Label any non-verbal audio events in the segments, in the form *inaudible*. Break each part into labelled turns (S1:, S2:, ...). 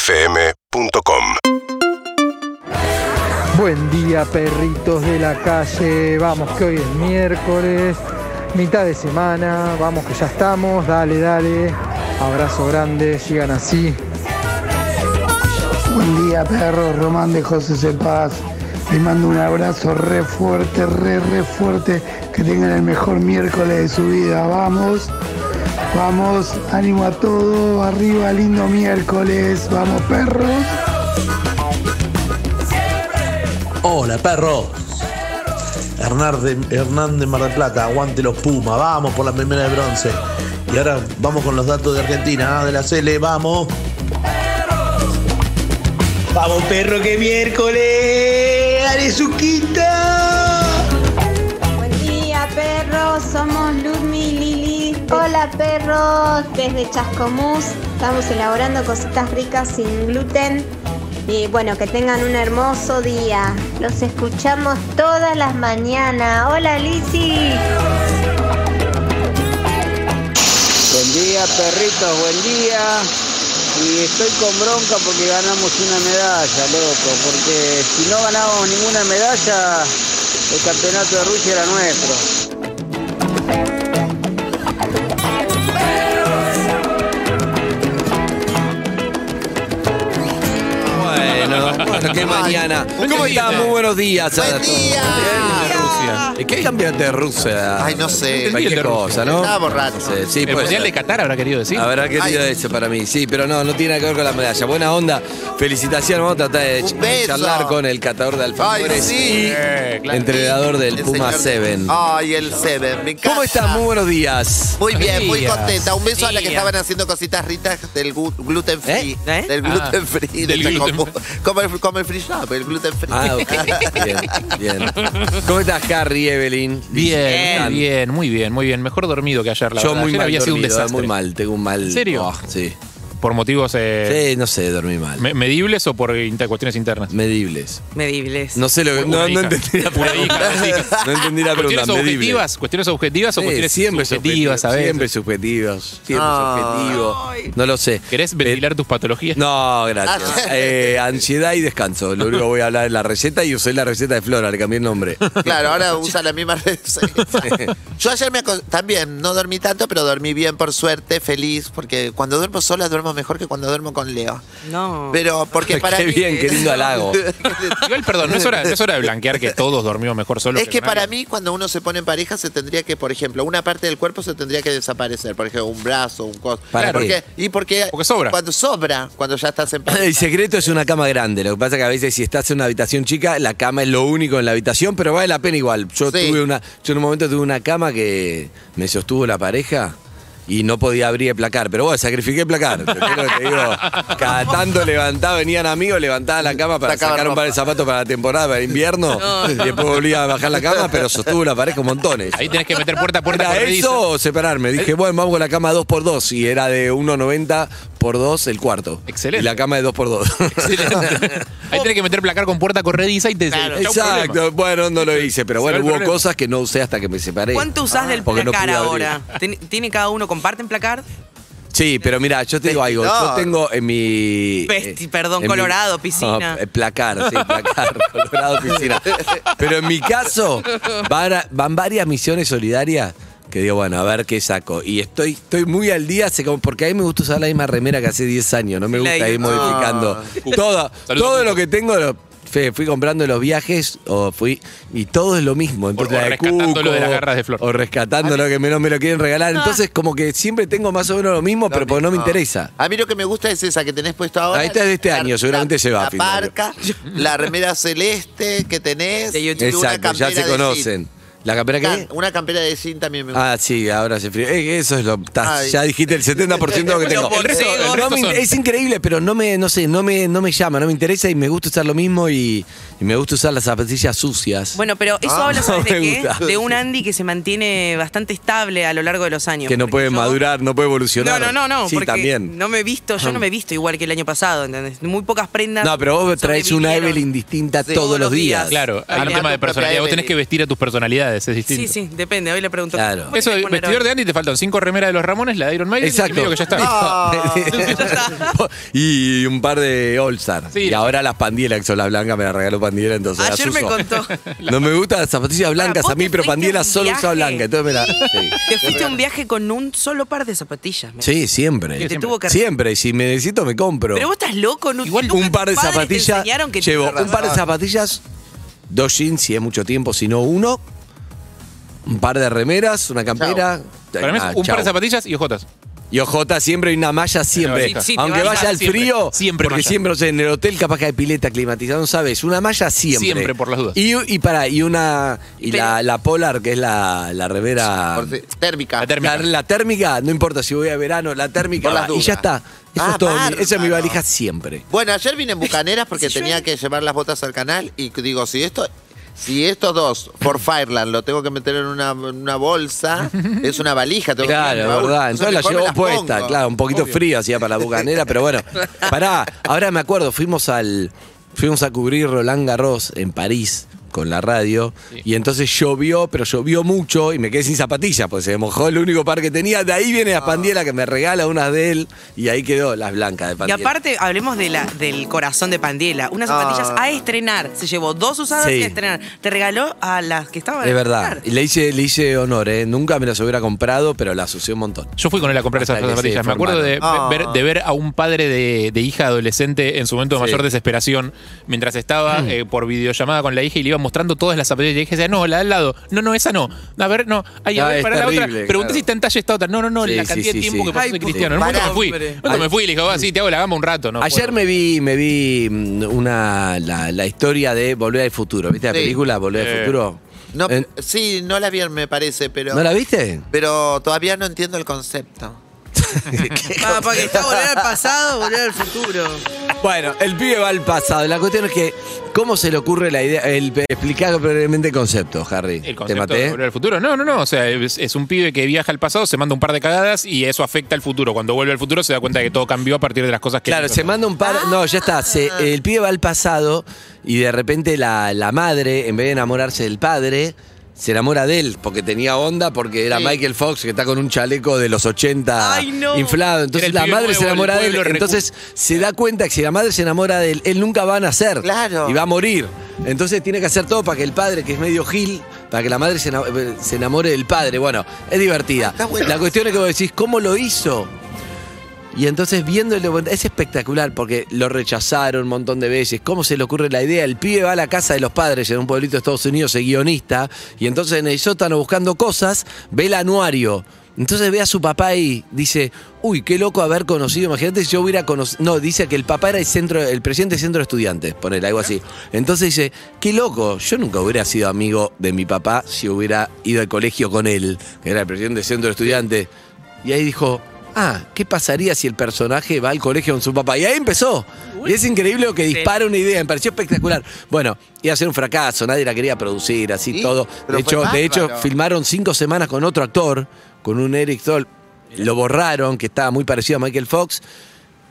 S1: UrbanaPlayFM.com
S2: Buen día, perritos de la calle. Vamos, que hoy es miércoles, mitad de semana. Vamos, que ya estamos. Dale, dale. Abrazo grande. Sigan así.
S3: Buen día, perro. Román de José Cepaz. Les mando un abrazo re fuerte, re, re fuerte. Que tengan el mejor miércoles de su vida. Vamos, vamos. Ánimo a todo. Arriba, lindo miércoles. Vamos, perros.
S4: Hola, perro. Hernán de, Hernán de Mar del Plata, aguante los Pumas, vamos por la primera de bronce. Y ahora vamos con los datos de Argentina, ah, de la Cele, vamos.
S5: Vamos perro que miércoles, Arezuquita.
S6: Buen día, perros. Somos Ludmi y Lili. Hola, perros. Desde Chascomús estamos elaborando cositas ricas sin gluten. Y bueno, que tengan un hermoso día. Los escuchamos todas las mañanas. Hola, Lizzy.
S7: Buen día, perritos, buen día. Y estoy con bronca porque ganamos una medalla, loco, porque si no ganábamos ninguna medalla, el campeonato de Rusia era nuestro.
S8: *laughs* Bueno, bueno, qué mañana. ¿Cómo están? Muy buenos días. a
S9: Buen
S8: todos.
S9: día.
S8: ¿Y ¿Qué campeonato de Rusia? eh,
S9: Ay, no sé.
S8: Cualquier cosa, ¿no?
S9: Estaba borracho.
S8: Sí, sí,
S10: El
S8: puede ser.
S10: Mundial de Qatar habrá querido decir.
S8: La verdad que
S9: Ah, Ay.
S8: lindo eso para mí, sí, pero no, no tiene nada que ver con la medalla. Buena onda, felicitaciones, vamos a tratar de
S9: Un
S8: ch-
S9: beso.
S8: charlar con el catador de
S9: Ay,
S8: alfajores
S9: sí.
S10: Eh, claro.
S8: entrenador del
S9: El
S8: Puma
S9: señor- Ah,
S8: Seven.
S9: Ay, el Seven. Me encanta.
S8: ¿Cómo están? Muy buenos días.
S9: Muy bien, muy
S10: Días.
S9: contenta. Un beso a la que
S10: Días.
S9: estaban haciendo cositas ritas del gu- gluten free.
S8: ¿Eh? ¿Eh?
S9: Del gluten free.
S10: del
S9: de
S10: gluten-
S9: Chacomú. como, el, como el free shop, el gluten free.
S8: Ah,
S9: *laughs*
S8: ok. Bien, bien. ¿Cómo estás, Harry, Evelyn?
S10: Bien,
S8: ¿Cómo
S10: muy bien, muy bien, muy bien. Mejor dormido que ayer, la
S8: están? Yo
S10: verdad.
S8: muy
S10: ayer
S8: mal
S10: había sido un
S8: dormido, eh,
S10: desastre.
S8: muy mal, tengo un mal.
S10: ¿En serio?
S8: Oh, sí.
S10: ¿Por motivos eh,
S8: Sí, no sé, dormí mal.
S10: me- medibles o por inter- cuestiones internas?
S8: Medibles.
S11: Medibles.
S8: No sé lo que.
S10: Una
S8: No, no
S10: hija.
S8: entendí la
S10: Una
S8: pregunta.
S10: hija,
S8: *laughs*
S10: una
S8: No entendí la pregunta.
S10: ¿Cuestiones
S8: Medibles.
S10: objetivas? ¿Cuestiones objetivas o
S8: Sí,
S10: cuestiones
S8: siempre
S10: subjetivas a
S8: subjetivo,
S10: veces?
S8: Siempre subjetivos. Siempre subjetivo. No lo sé.
S10: ¿Querés ventilar tus patologías?
S8: Eh, No, gracias.
S9: Ah,
S8: Eh, ansiedad y descanso. Lo único que voy a hablar es la receta y usé la receta de Flora, le cambié el
S9: *laughs*
S8: nombre. *laughs*
S9: Claro, ahora usa la misma red. Sí. Yo ayer me aco- también no dormí tanto, pero dormí bien por suerte, feliz, porque cuando duermo sola duermo mejor que cuando duermo con Leo.
S11: No.
S9: Pero porque
S8: *laughs*
S9: para
S8: qué
S9: mí-
S8: bien, qué lindo halago.
S10: *laughs*
S9: *laughs*
S10: Igual, perdón, no es, hora, no es hora de blanquear que todos dormimos mejor solos.
S9: Es que
S10: con
S9: para
S10: alguien.
S9: mí cuando uno se pone en pareja se tendría que, por ejemplo, una parte del cuerpo se tendría que desaparecer, por ejemplo, un brazo, un coso.
S8: ¿Para
S9: ¿Por
S8: qué?
S9: Y porque,
S10: Porque sobra.
S9: Cuando sobra, cuando ya estás
S8: *coughs*
S9: en
S8: *laughs* El
S9: pareja.
S8: secreto es una cama grande. Lo que pasa es que a veces si estás en una habitación chica, la cama es lo único en la habitación, pero vale la pena igual. Yo
S9: Sí.
S8: tuve una, yo en un momento tuve una cama que me sostuvo la pareja y no podía abrir el placar. Pero bueno, sacrifiqué el placar. Te juro que te digo, cada tanto levantaba, venían amigos, levantaba la cama para
S9: Sacaba
S8: sacar un par de
S9: ropa.
S8: zapatos para la temporada, para el *laughs* invierno. Y después volvía a bajar la cama, pero sostuvo la pareja un montones.
S10: Ahí tenés que meter puerta a puerta
S8: ¿Era
S10: corrediza. *laughs* Eh.
S8: eso o separarme? Dije, bueno, vamos con la cama 2x2. Y era de 1,90 por 2 el cuarto.
S10: Excelente.
S8: Y la cama de 2x2. *laughs*
S10: Excelente. Ahí tenés que meter placar con puerta corrediza y te chau, problema.
S8: Exacto. Bueno, no lo hice, pero bueno,
S10: Se va el
S8: hubo
S10: problema.
S8: cosas que no usé hasta que me separé.
S11: ¿Cuánto usás del
S8: porque no
S11: placar
S8: pude abrir.
S11: ahora? Ten- ¿Tiene cada uno, comparten placar?
S8: Sí, pero mira, yo te digo algo. Yo
S9: Vestidor.
S8: tengo en mi.
S11: Vesti-
S8: eh,
S11: perdón,
S8: en
S11: colorado, piscina.
S8: eh, placar, sí,
S11: *laughs*
S8: placar, colorado, piscina. Pero en mi caso, van, a- van varias misiones solidarias que digo, bueno, a ver qué saco. Y estoy, estoy muy al día, sé como- porque a mí me gusta usar la misma remera que hace 10 años. No me
S11: La
S8: gusta ir
S11: misma.
S8: modificando. Todo,
S10: *laughs* Saludos,
S8: todo
S10: Cuco.
S8: lo que tengo lo. fe, Fui comprando en los viajes o fui y todo es lo mismo. Entonces,
S10: o
S8: la de
S10: rescatando
S8: Cuco,
S10: lo de las garras de flor.
S8: O rescatando lo que menos me lo quieren regalar. Entonces, como que siempre tengo más o menos lo mismo, pero porque no me interesa.
S9: A mí lo que me gusta es esa que tenés puesto ahora.
S8: Ahí está de este año, seguramente se va a
S9: La
S8: fin de año. *laughs*
S9: parca, la remera celeste que tenés.
S11: De
S9: y
S11: YouTube.
S9: una
S8: Exacto, ya
S9: campera
S8: se
S9: de
S8: conocen. ¿La campera
S9: jean.
S8: qué?
S9: Can- Una campera de jean también me gusta.
S8: Ah, sí, ahora se frío. Eh, eso es lo. ta-
S9: Ay.
S8: ya dijiste el 70% de lo que tengo.
S11: Los borregos.
S8: No me in-
S10: Son-
S8: es increíble, pero no me, no sé, no me, no me llama, no me interesa y me gusta usar lo mismo y, y me gusta usar las zapatillas sucias.
S11: Bueno, pero eso
S9: Ah,
S11: habla,
S8: *laughs* no
S11: ¿sabes
S8: me
S11: de qué?
S8: gusta.
S11: De un Andy que se mantiene bastante estable a lo largo de los años.
S8: que no
S11: Porque
S8: puede
S11: yo-
S8: madurar, no puede
S11: No,
S8: evolucionar.
S11: no, no, no.
S8: Sí,
S11: porque
S8: también.
S11: No me he visto,
S7: Ah.
S11: yo no me he visto igual que el año pasado, ¿entendés? Muy pocas prendas.
S8: No, pero vos traes una
S11: sobrevivieron.
S8: Evelyn distinta
S9: Sí,
S8: todos los días.
S10: Claro, hay
S9: Armar
S10: un tema de
S9: tu propia
S10: personalidad. Vos tenés
S9: Evelyn.
S10: que vestir a tus personalidades. actividades, es distinto.
S11: Sí, sí, depende. Hoy le pregunto. ¿cómo
S10: Eso,
S11: te
S10: de
S11: poner
S10: vestidor
S11: hoy?
S10: de Andy, te faltan cinco remeras de los Ramones, la de Iron Maiden y medio
S8: *laughs*
S10: que ya está.
S11: Ah.
S8: y un par de All Star.
S10: Sí.
S8: Y ahora las pandielas, que son las blancas, me las regaló Pandiela, entonces las
S11: Ayer me
S8: uso.
S11: contó.
S8: *laughs* No me gustan las zapatillas blancas
S11: vos
S8: a mí,
S11: te
S8: pero
S11: fuiste
S8: Pandiela
S11: un
S8: solo usa
S11: viaje.
S8: blanca. Entonces me la- sí.
S11: Te fuiste a un viaje con un solo par de zapatillas. me-
S8: Sí, siempre.
S11: Y te tuvo que-
S8: Siempre, y si me necesito me compro.
S11: Pero vos estás loco, no Igual
S8: un par de zapatillas. Llevo
S11: Llevo
S8: un par de zapatillas, dos jeans si es mucho tiempo, si no uno, un par de remeras, una campera.
S10: Para mí es
S8: Ah,
S10: un par de
S8: chau.
S10: zapatillas y ojotas.
S8: Y OJ siempre hay una malla siempre.
S10: Sí, sí, te
S8: Aunque
S10: vas a-
S8: vaya al
S10: siempre,
S8: frío,
S10: siempre
S8: porque
S10: malla.
S8: siempre, o sea, en el hotel capaz que hay pileta climatizada, no sabes. Una malla siempre.
S10: Siempre, por las dudas.
S8: Y, y para, y una. Y la, la polar, que es la, la remera.
S9: Por si- térmica.
S10: La térmica.
S8: La, la térmica, no importa si voy a verano, la térmica.
S9: Por las
S8: va, y ya está.
S9: dudas.
S8: Eso
S9: Ah,
S8: es todo. mi-
S9: bárbaro.
S8: Esa es mi valija siempre.
S9: Bueno, ayer vine
S8: *laughs*
S9: en Bucaneras porque tenía que llevar las botas al canal y digo, si esto... Si estos dos, por Fireland, lo tengo que meter en una, en una bolsa,
S8: *laughs*
S9: es una valija. Tengo que meter
S8: Claro,
S9: en el baúl.
S8: verdad. Entonces la
S9: mejor me
S8: llevó
S9: las
S8: puesta,
S9: pongo.
S8: claro, un poquito
S9: Obvio.
S8: frío hacía para la bucanera, pero
S9: *laughs*
S8: bueno. Pará, ahora me acuerdo, fuimos al. Fuimos a cubrir Roland Garros en París con la radio. Y entonces llovió, pero llovió mucho y me quedé sin zapatillas, pues se mojó el único par que tenía. De ahí
S9: Ah.
S8: viene la pandiela que me regala unas de él y ahí quedó las blancas de
S11: Y
S8: pandiela.
S11: aparte, hablemos de la, del corazón de Pandiela. Unas zapatillas a estrenar. Se llevó dos usadas
S8: Ah. Sí.
S11: y a estrenar. Te regaló a las que estaban.
S8: Es
S11: a
S8: verdad.
S11: estrenar.
S8: Y le hice, le hice honor, ¿eh? Nunca me las hubiera comprado, pero las usé un montón.
S10: Yo fui con él a comprar
S8: Hasta
S10: esas
S8: que se
S10: zapatillas. Me acuerdo de,
S8: formaron.
S10: ver, de ver a un padre de, de hija adolescente en su momento de
S8: Sí. Mm.
S10: mayor desesperación mientras estaba eh, por videollamada con la hija y le iba mostrando todas las zapatillas. Y la hija decía, no, la de al lado. No, no, esa no. A ver, no. Ay, a
S8: Ah,
S10: ver,
S8: es
S10: para la otra.
S8: terrible,
S10: Pregunté
S8: claro.
S10: si está en talla esta otra. No, no, no.
S8: Sí,
S10: la
S8: sí,
S10: cantidad
S8: sí,
S10: de tiempo
S8: sí.
S10: que pasó
S8: Ay,
S10: de
S8: por-
S10: Cristiano. En un momento
S8: pará,
S10: me fui. En
S8: hombre.
S10: un momento me fui y le dije, va, sí, te hago la gama un rato. No,
S8: Ayer
S10: puedo.
S8: me vi, me vi mm, una la, la historia de Volver al Futuro. ¿Viste la
S9: Sí.
S8: película Volver
S10: Eh.
S8: al Futuro?
S9: No,
S8: Eh,
S9: sí, no la vi, me parece, pero.
S8: ¿No la
S11: *laughs*
S8: viste?
S9: Pero todavía no entiendo el concepto.
S11: Ah, porque está volver al pasado, volver al futuro.
S8: Bueno, el pibe va al pasado. La cuestión es que, ¿cómo se le ocurre la idea? El, explicar brevemente el concepto, Harry.
S10: El
S8: ¿Te
S10: concepto de
S8: maté?
S10: volver al futuro. No, no, no. O sea, es, es un pibe que viaja al pasado, se manda un par de cagadas y eso afecta al futuro. Cuando vuelve al futuro se da cuenta de que todo cambió a partir de las cosas que.
S8: Claro,
S10: hizo.
S8: se manda un par. No, ya está. se-
S9: Ah.
S8: el pibe va al pasado y de repente la, la madre, en vez de enamorarse del padre, se enamora de él porque tenía onda, porque era
S9: Sí.
S8: Michael Fox que está con un chaleco de los 80
S11: Ay, no.
S8: inflado. Entonces la
S10: Era el pibe
S8: madre
S10: nuevo,
S8: se enamora
S10: el
S8: de él.
S10: pueblo recu-
S8: Entonces se da cuenta que si la madre se enamora de él, él nunca va a nacer
S9: Claro.
S8: y va a morir. Entonces tiene que hacer todo para que el padre, que es medio gil, para que la madre se ena- eh, se enamore del padre. Bueno, es divertida.
S9: Ah, Está bueno.
S8: La cuestión es que vos decís, ¿cómo lo hizo? Y entonces viendo el documental, es espectacular porque lo rechazaron un montón de veces. ¿Cómo se le ocurre la idea? El pibe va a la casa de los padres en un pueblito de Estados Unidos, es guionista, y entonces en el sótano buscando cosas, ve el anuario. Entonces ve a su papá y dice, uy, qué loco haber conocido, imagínate si yo hubiera conocido, no, dice que el papá era el centro, el presidente del centro de estudiantes, ponele algo así. Entonces dice, qué loco, yo nunca hubiera sido amigo de mi papá si hubiera ido al colegio con él, que era el presidente del centro de estudiantes. Y ahí dijo, ah, ¿qué pasaría si el personaje va al colegio con su papá? Y ahí empezó. Y es increíble lo que dispara una idea, me pareció espectacular. Bueno, iba a ser un fracaso, nadie la quería producir, así
S9: Sí,
S8: todo.
S9: pero
S8: De
S9: fue
S8: hecho, de hecho,
S9: bárbaro.
S8: filmaron cinco semanas con otro actor, con un Eric Stoll. Lo borraron, que estaba muy parecido a Michael Fox.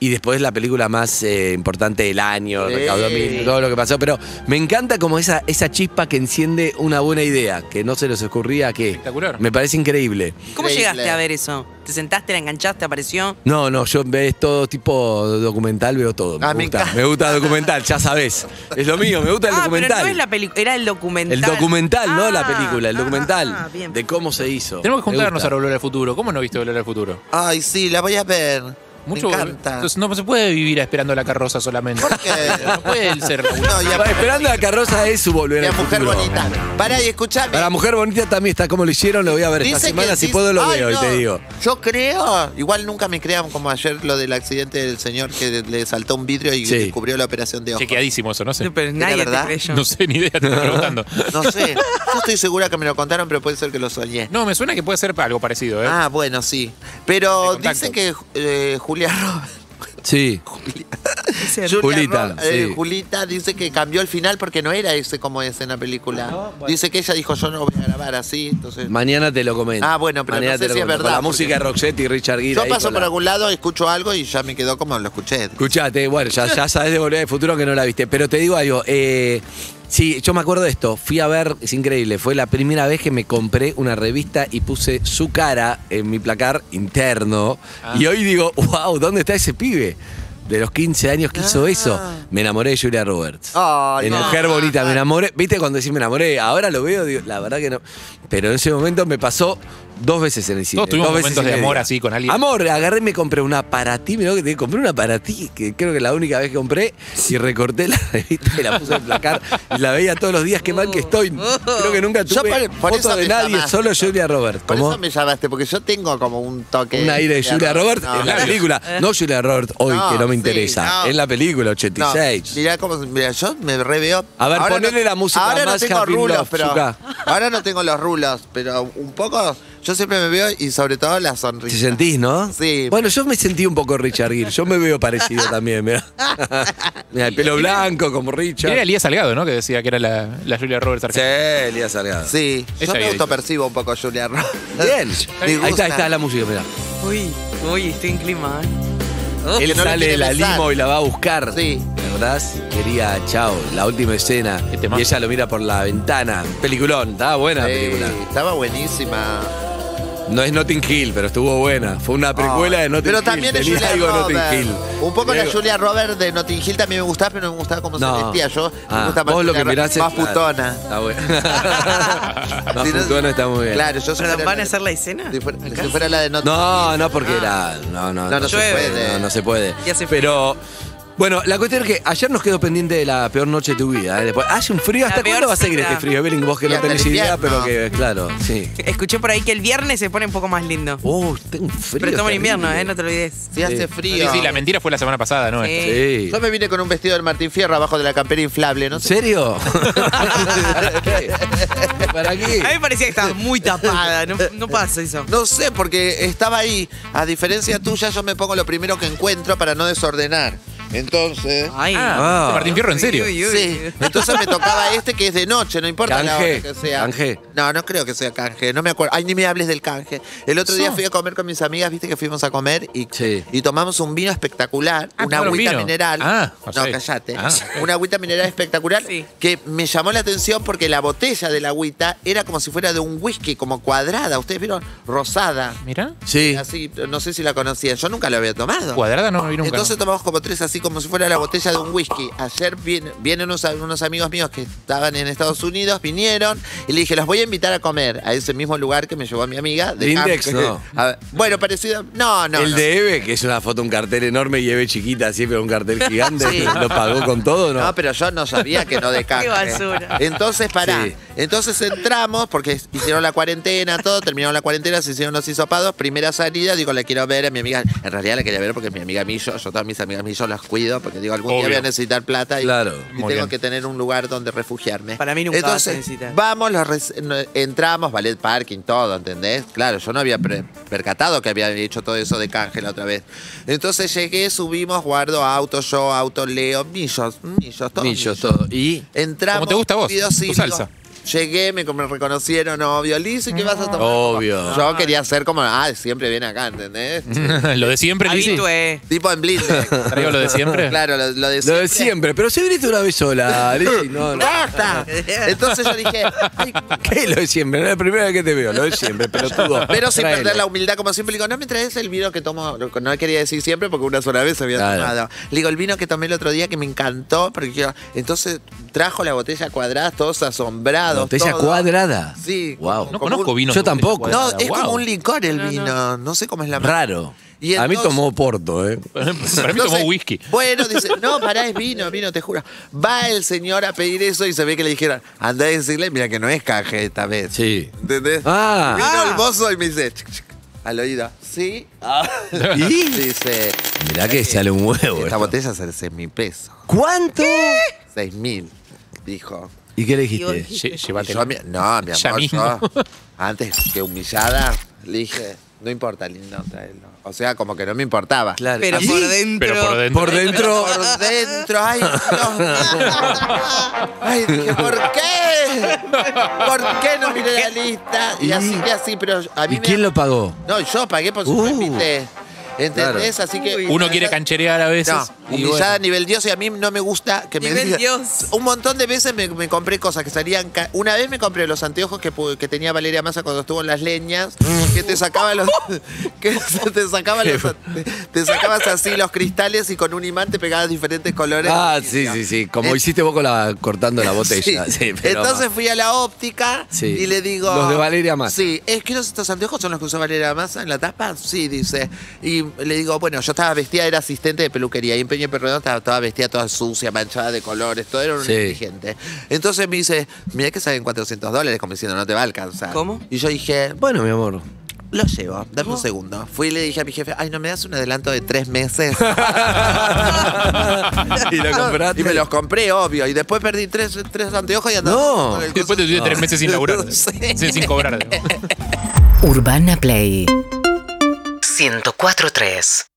S8: Y después la película más eh, importante del año,
S9: Sí.
S8: recaudó mil, todo lo que pasó. Pero me encanta como esa, esa chispa que enciende una buena idea, que no se les ocurría que...
S10: Espectacular.
S8: Me parece increíble.
S11: ¿Cómo
S9: Increíble.
S11: llegaste a ver eso? ¿Te sentaste, la enganchaste, apareció?
S8: No, no, yo ves todo tipo documental, veo todo. Me,
S9: Ah, me
S8: gusta,
S9: encanta.
S8: me gusta documental, ya sabes. Es lo mío, me gusta el
S11: ah,
S8: documental.
S11: pero no es la película, era el documental.
S8: el documental, no la
S11: Ah,
S8: película, el
S11: ah,
S8: documental
S11: ah, bien.
S8: de cómo se hizo.
S10: Tenemos que
S8: Me
S10: juntarnos
S8: gusta.
S10: a Volver al Futuro. ¿Cómo no viste Volver al Futuro?
S9: Ay, sí, la voy a ver.
S10: Mucho
S9: Me encanta.
S10: Entonces no se puede vivir esperando la carroza solamente.
S9: ¿Por qué?
S10: *laughs* No puede ser.
S9: No, y a-
S8: Bueno, Esperando a la carroza es su volver
S9: la
S8: al
S9: mujer
S8: futuro.
S9: bonita. Para y escuchame.
S8: Para mujer bonita también está como lo hicieron, lo voy a ver esta
S9: Dicen
S8: semana,
S9: que
S8: si
S9: dice-
S8: puedo lo
S9: Ay,
S8: veo y
S9: no.
S8: te digo.
S9: Yo creo, igual nunca me crean como ayer lo del accidente del señor que le saltó un vidrio y
S8: Sí.
S9: descubrió la operación de ojo.
S10: Chequeadísimo eso, no sé.
S11: No, Eh, pero nadie
S9: verdad?
S11: te creyó.
S10: No sé ni idea, te
S9: *laughs*
S10: estoy preguntando.
S9: No sé, yo estoy segura que me lo contaron, pero puede ser que lo soñé.
S10: No, me suena que puede ser algo parecido, ¿eh?
S9: Ah, bueno, sí.
S10: De
S9: Pero
S10: contacto.
S9: dicen que eh, Julia Roberts
S8: Sí.
S11: puede ser.
S9: Julia
S8: Julita,
S9: Rob- eh,
S8: sí.
S9: Julita dice que cambió el final porque no era ese como es en la película. Dice que ella dijo, yo no voy a grabar así, entonces...
S8: Mañana te lo comento.
S9: Ah, bueno, pero
S8: Mañana
S9: no sé
S8: te lo
S9: si es
S8: comento. Con
S9: verdad,
S8: La música de Roxette y Richard Gere.
S9: Yo
S8: ahí
S9: paso
S8: con
S9: por
S8: la-
S9: algún lado, escucho algo y ya me quedó como lo escuché.
S8: Escuchate, bueno, ya, ya sabes de volver al futuro que no la viste. Pero te digo algo, eh, sí, yo me acuerdo de esto. Fui a ver, es increíble, fue la primera vez que me compré una revista y puse su cara en mi placar interno.
S9: Ah.
S8: Y hoy digo, wow, ¿dónde está ese pibe? De los 15 años que hizo eso, me enamoré de Julia Roberts.
S9: Ah. Ay,
S8: de
S9: no.
S8: mujer bonita, me enamoré. ¿Viste cuando decís me enamoré? Ahora lo veo, digo, la verdad que no. Pero en ese momento me pasó dos veces en el cine.
S10: Todos tuvimos
S8: dos veces
S10: momentos
S8: y
S10: de
S8: media.
S10: amor así con alguien.
S8: Amor, agarré y me compré una para ti, mirá lo que te digo, compré una para ti, que creo que es la única vez que compré, y recorté la *laughs* revista y la puse en placar, y la veía todos los días, qué mal que estoy. Creo que nunca
S9: Yo
S8: tuve
S9: por- por
S8: foto
S9: eso
S8: de
S9: me
S8: nadie,
S9: llamaste.
S8: solo Julia Roberts.
S9: Por
S8: ¿Cómo?
S9: eso me llamaste, porque yo tengo como un toque...
S8: Un aire de Julia Roberts
S9: No,
S8: en la
S9: no. Eh.
S8: película. No Julia Roberts hoy,
S9: No,
S8: que no me
S9: sí,
S8: interesa.
S9: no.
S8: En la película,
S9: No,
S8: 86.
S9: mirá cómo, mirá, yo me reveo.
S8: A ver, ponele la música
S9: Ahora
S8: más
S9: no tengo
S8: Happy
S9: rulos,
S8: Love,
S9: pero.
S8: Zucca.
S9: Ahora no tengo los rulos, pero un poco. Yo siempre me veo y sobre todo la
S8: ¿Te
S9: sonrisa.
S8: sentís, no?
S9: Sí.
S8: Bueno, yo me sentí un poco Richard Gere. Yo me veo
S9: *laughs*
S8: parecido también, mirá. Mirá, el pelo blanco como Richard.
S10: Era Elías Salgado, ¿no? Que decía que era la, la Julia Roberts
S8: Sí,
S10: argentina.
S8: Elías Salgado.
S9: Sí,
S10: Está
S9: yo me
S10: bien dicho.
S9: autopercibo un poco Julia Roberts.
S8: Bien.
S9: *laughs* Me
S8: Ahí
S9: gusta.
S8: está, ahí está la música, mirá.
S11: Uy, uy, estoy en clima. ¿eh?
S8: Él
S9: que no lo
S8: sale de
S9: quiere
S8: la
S9: besar.
S8: limo y la va a buscar.
S9: Sí.
S8: ¿Verdad? Quería, chao, la última escena.
S10: Qué tema.
S8: Y ella lo mira por la ventana. Peliculón, estaba buena la
S9: Sí,
S8: película.
S9: estaba buenísima.
S8: No es Notting Hill, pero estuvo buena. Fue una precuela
S9: Ay,
S8: de Notting
S9: Pero
S8: Hill.
S9: también es
S8: Tenía
S9: Julia
S8: algo de
S9: Roberts.
S8: Notting Hill.
S9: Un poco
S8: Tenía
S9: la
S8: algo-
S9: Julia Roberts de Notting Hill también me gustaba, pero no me gustaba cómo se
S8: No.
S9: vestía. Yo
S8: Ah,
S9: me gusta más
S8: vos lo
S9: Julia
S8: que mirás
S9: Roberts,
S8: es-
S9: más
S8: claro,
S9: putona.
S8: *laughs* Está buena. más
S9: *laughs* Si no-
S8: putona está muy bien.
S9: Claro, yo soy
S11: ¿Pero van a hacer la escena?
S9: Si fuera, si fuera la de Notting
S8: No, no, porque era. No, no,
S9: No, no se
S11: Llueve.
S9: puede.
S8: No, no se puede.
S11: Y hace
S8: Pero. Bueno, la cuestión es que ayer nos quedó pendiente de la peor noche de tu vida. ¿eh? Después, hace un frío.
S11: La
S8: ¿Hasta
S11: peor
S8: cuándo va a seguir
S11: cita.
S8: este frío, Evelyn? Vos que
S9: Y
S8: no
S9: hasta el
S8: tenés idea, pero
S9: invierno.
S8: que, claro, sí.
S11: Escuché por ahí que el viernes se pone un poco más lindo.
S8: Oh, tengo un
S11: Pero
S8: frío.
S11: estamos en
S8: terrible.
S11: invierno, ¿eh? No te olvides.
S9: Si hace
S10: Sí,
S9: frío.
S10: sí, la mentira fue la semana pasada, ¿no? Este
S11: Sí.
S8: Sí.
S9: Yo me vine con un vestido del Martín Fierro abajo de la campera inflable, ¿no?
S8: ¿En
S9: sé.
S8: serio? ¿Para qué? ¿Para qué?
S11: A mí me parecía que estaba muy tapada. No, no pasa eso.
S9: No sé, porque estaba ahí. A diferencia tuya, yo me pongo lo primero que encuentro para no desordenar. Entonces.
S11: Ay,
S8: Ah,
S10: Martín Fierro, ¿en serio?
S11: Uy, uy, uy.
S9: Sí, entonces me tocaba este que es de noche, no importa la
S8: Canje,
S9: hora que sea.
S8: canje.
S9: No, no creo que sea canje, no me acuerdo. Ay, ni me hables del canje. El otro día fui a comer con mis amigas, viste que fuimos a comer y,
S8: Sí.
S9: y tomamos un vino espectacular, una
S10: Ah, tomaron
S9: agüita
S10: vino.
S9: mineral.
S10: Ah, o sea.
S9: no, callate.
S10: Ah, ok.
S9: Una agüita mineral espectacular
S11: Sí.
S9: que me llamó la atención porque la botella de la agüita era como si fuera de un whisky, como cuadrada. Ustedes vieron, rosada.
S10: Mira,
S8: Sí.
S9: Así, no sé si la conocía, yo nunca la había tomado.
S10: cuadrada no vi nunca.
S9: Entonces tomamos como tres, así como si fuera la botella de un whisky. Ayer vin- vienen unos, unos amigos míos que estaban en Estados Unidos, vinieron y le dije, los voy a invitar a comer a ese mismo lugar que me llevó mi amiga.
S8: De Index,
S9: Camp-
S8: no.
S9: *laughs* A ver, bueno, parecido. No, no.
S8: el
S9: no.
S8: de Eve, que es una foto, un cartel enorme, y Eve chiquita, siempre un cartel gigante, lo pagó con todo, ¿no?
S9: No, pero yo no sabía
S11: *laughs*
S9: que no de canje.
S11: Qué basura.
S9: Entonces, pará.
S8: Sí.
S9: Entonces entramos, porque hicieron la cuarentena, todo, terminaron la cuarentena, se hicieron los hisopados. Primera salida, digo, la quiero ver a mi amiga. En realidad la quería ver porque es mi amiga Millo, yo todas mis amigas Millo las cuido, porque digo, algún día
S10: Obvio.
S9: voy a necesitar plata y,
S8: Claro.
S9: y tengo
S10: Muy bien.
S9: que tener un lugar donde refugiarme.
S11: Para mí nunca vas a
S9: Entonces,
S11: necesitar.
S9: Vamos, los res- no- entramos, ballet parking, todo, ¿entendés? Claro, yo no había pre- percatado que había hecho todo eso de canje la otra vez. Entonces llegué, subimos, guardo auto, yo, auto, Leo, millos, millos, todo.
S8: Millos, todo. Y.
S9: Entramos.
S10: Como te gusta a vos,
S9: pido
S10: tu
S9: sí,
S10: salsa.
S9: digo, Llegué, me me reconocieron, obvio. Lizzy, ¿qué vas a tomar?
S8: Obvio.
S9: Yo quería ser como, ah, siempre viene acá, ¿entendés?
S10: *laughs* lo de siempre, Lizzy.
S11: Habitué.
S9: tipo en
S10: *laughs*
S9: Blitz.
S10: Traigo lo de siempre.
S9: Claro, lo, lo de
S8: Lo
S9: siempre.
S8: de siempre, pero si viniste una vez sola, Lizzy, no,
S9: *laughs*
S8: no.
S9: ¡Basta! Entonces yo dije, ay,
S8: ¿Qué es lo de siempre? No es la primera vez que te veo, lo de siempre, pelotudo.
S9: Pero sin
S8: Tráelo.
S9: perder la humildad, como siempre, le digo, no me traes el vino que tomo, Lo- no quería decir siempre porque una sola vez había
S8: Claro.
S9: tomado. Le digo, el vino que tomé el otro día que me encantó, porque yo- entonces trajo la botella cuadrada, todos asombrados.
S8: Botella
S9: todo.
S8: cuadrada.
S9: Sí.
S8: Wow.
S9: Como
S10: No conozco
S9: un-
S10: vino.
S8: Yo tampoco.
S9: No, es
S10: Wow.
S9: como un licor el vino, no, sé cómo es la marca.
S8: Raro.
S9: Y
S8: A mí
S9: entonces-
S8: tomó Porto, ¿eh?
S10: *laughs* Para mí tomó
S9: Entonces,
S10: whisky.
S9: Bueno, dice, no, pará, es vino, vino, te juro. Va el señor a pedir eso y se ve que le dijeron, andá a decirle, mira que no es canje esta vez.
S8: Sí.
S9: ¿Entendés?
S8: Ah.
S9: Vino
S11: Ah.
S9: el mozo y me dice, "Chic, chic", al oído, ¿sí?
S8: ¿Y?
S9: *laughs* Dice,
S8: Mirá que sale un huevo. ¿eh?
S9: esta
S8: esto.
S9: botella sale 6 mil pesos.
S8: ¿Cuánto?
S9: 6 mil, dijo.
S8: ¿Y qué le dijiste?
S10: Lle-
S9: Y
S10: Llévatelo.
S9: yo, mi- no, mi *laughs*
S10: Ya
S9: amor,
S10: mismo.
S9: yo, antes que humillada, le dije, No importa, lindo, traerlo. O sea, como que no me importaba. Claro.
S11: Pero por dentro.
S10: Pero por dentro.
S8: Por dentro.
S9: Por dentro, ay, Dios mío. Ay, dije, ¿por qué? ¿Por qué no miré la lista? Y así, y así, pero a mí
S8: ¿Y
S9: me-
S8: quién lo pagó?
S9: No, yo pagué por su
S8: Uh,
S9: trámite. ¿Entendés? Así que.
S10: Uno quiere cancherear a veces.
S9: eh, No,
S10: y
S9: humillada
S10: bueno.
S9: a nivel Dios y a mí no me gusta que me
S11: Nivel
S9: digan-
S11: Dios.
S9: Un montón de veces me, me compré cosas que salían. ca- Una vez me compré los anteojos que, pu- que tenía Valeria Massa cuando estuvo en las leñas, que te sacaba los. *laughs* que te sacaba los- te, te sacabas así los cristales y con un imán te pegabas diferentes colores.
S8: Ah, sí, sí, sí. Como
S9: Eh,
S8: hiciste vos con la, cortando la botella.
S9: *laughs* Sí.
S8: Sí, pero-
S9: Entonces fui a la óptica
S8: Sí.
S9: y le digo.
S8: Los de Valeria Massa.
S9: Sí, es que los- estos anteojos son los que usó Valeria Massa en la tapa. Sí, dice. Y le digo, bueno, yo estaba vestida, era asistente de peluquería. Y en Peña Perredón estaba toda vestida, toda sucia, manchada de colores, todo era un
S8: Sí.
S9: inteligente. Entonces me dice, mira que salen 400 dólares, como diciendo, no te va a alcanzar.
S11: ¿Cómo?
S9: Y yo dije,
S8: Bueno, mi
S9: *laughs*
S8: amor. *laughs*
S9: lo llevo, dame un segundo. Fui y le dije a mi jefe, ay, ¿no me das un adelanto de tres meses?
S8: *laughs* y lo compraste.
S9: Y me los compré, obvio. Y después perdí tres, tres anteojos y andaba
S8: No.
S9: con el
S10: Después te
S9: coso.
S10: tuve tres meses sin
S9: *laughs*
S10: laburar.
S9: Sí.
S10: sin,
S9: *laughs*
S10: sin cobrar. digamos.
S12: Urbana Play 104.3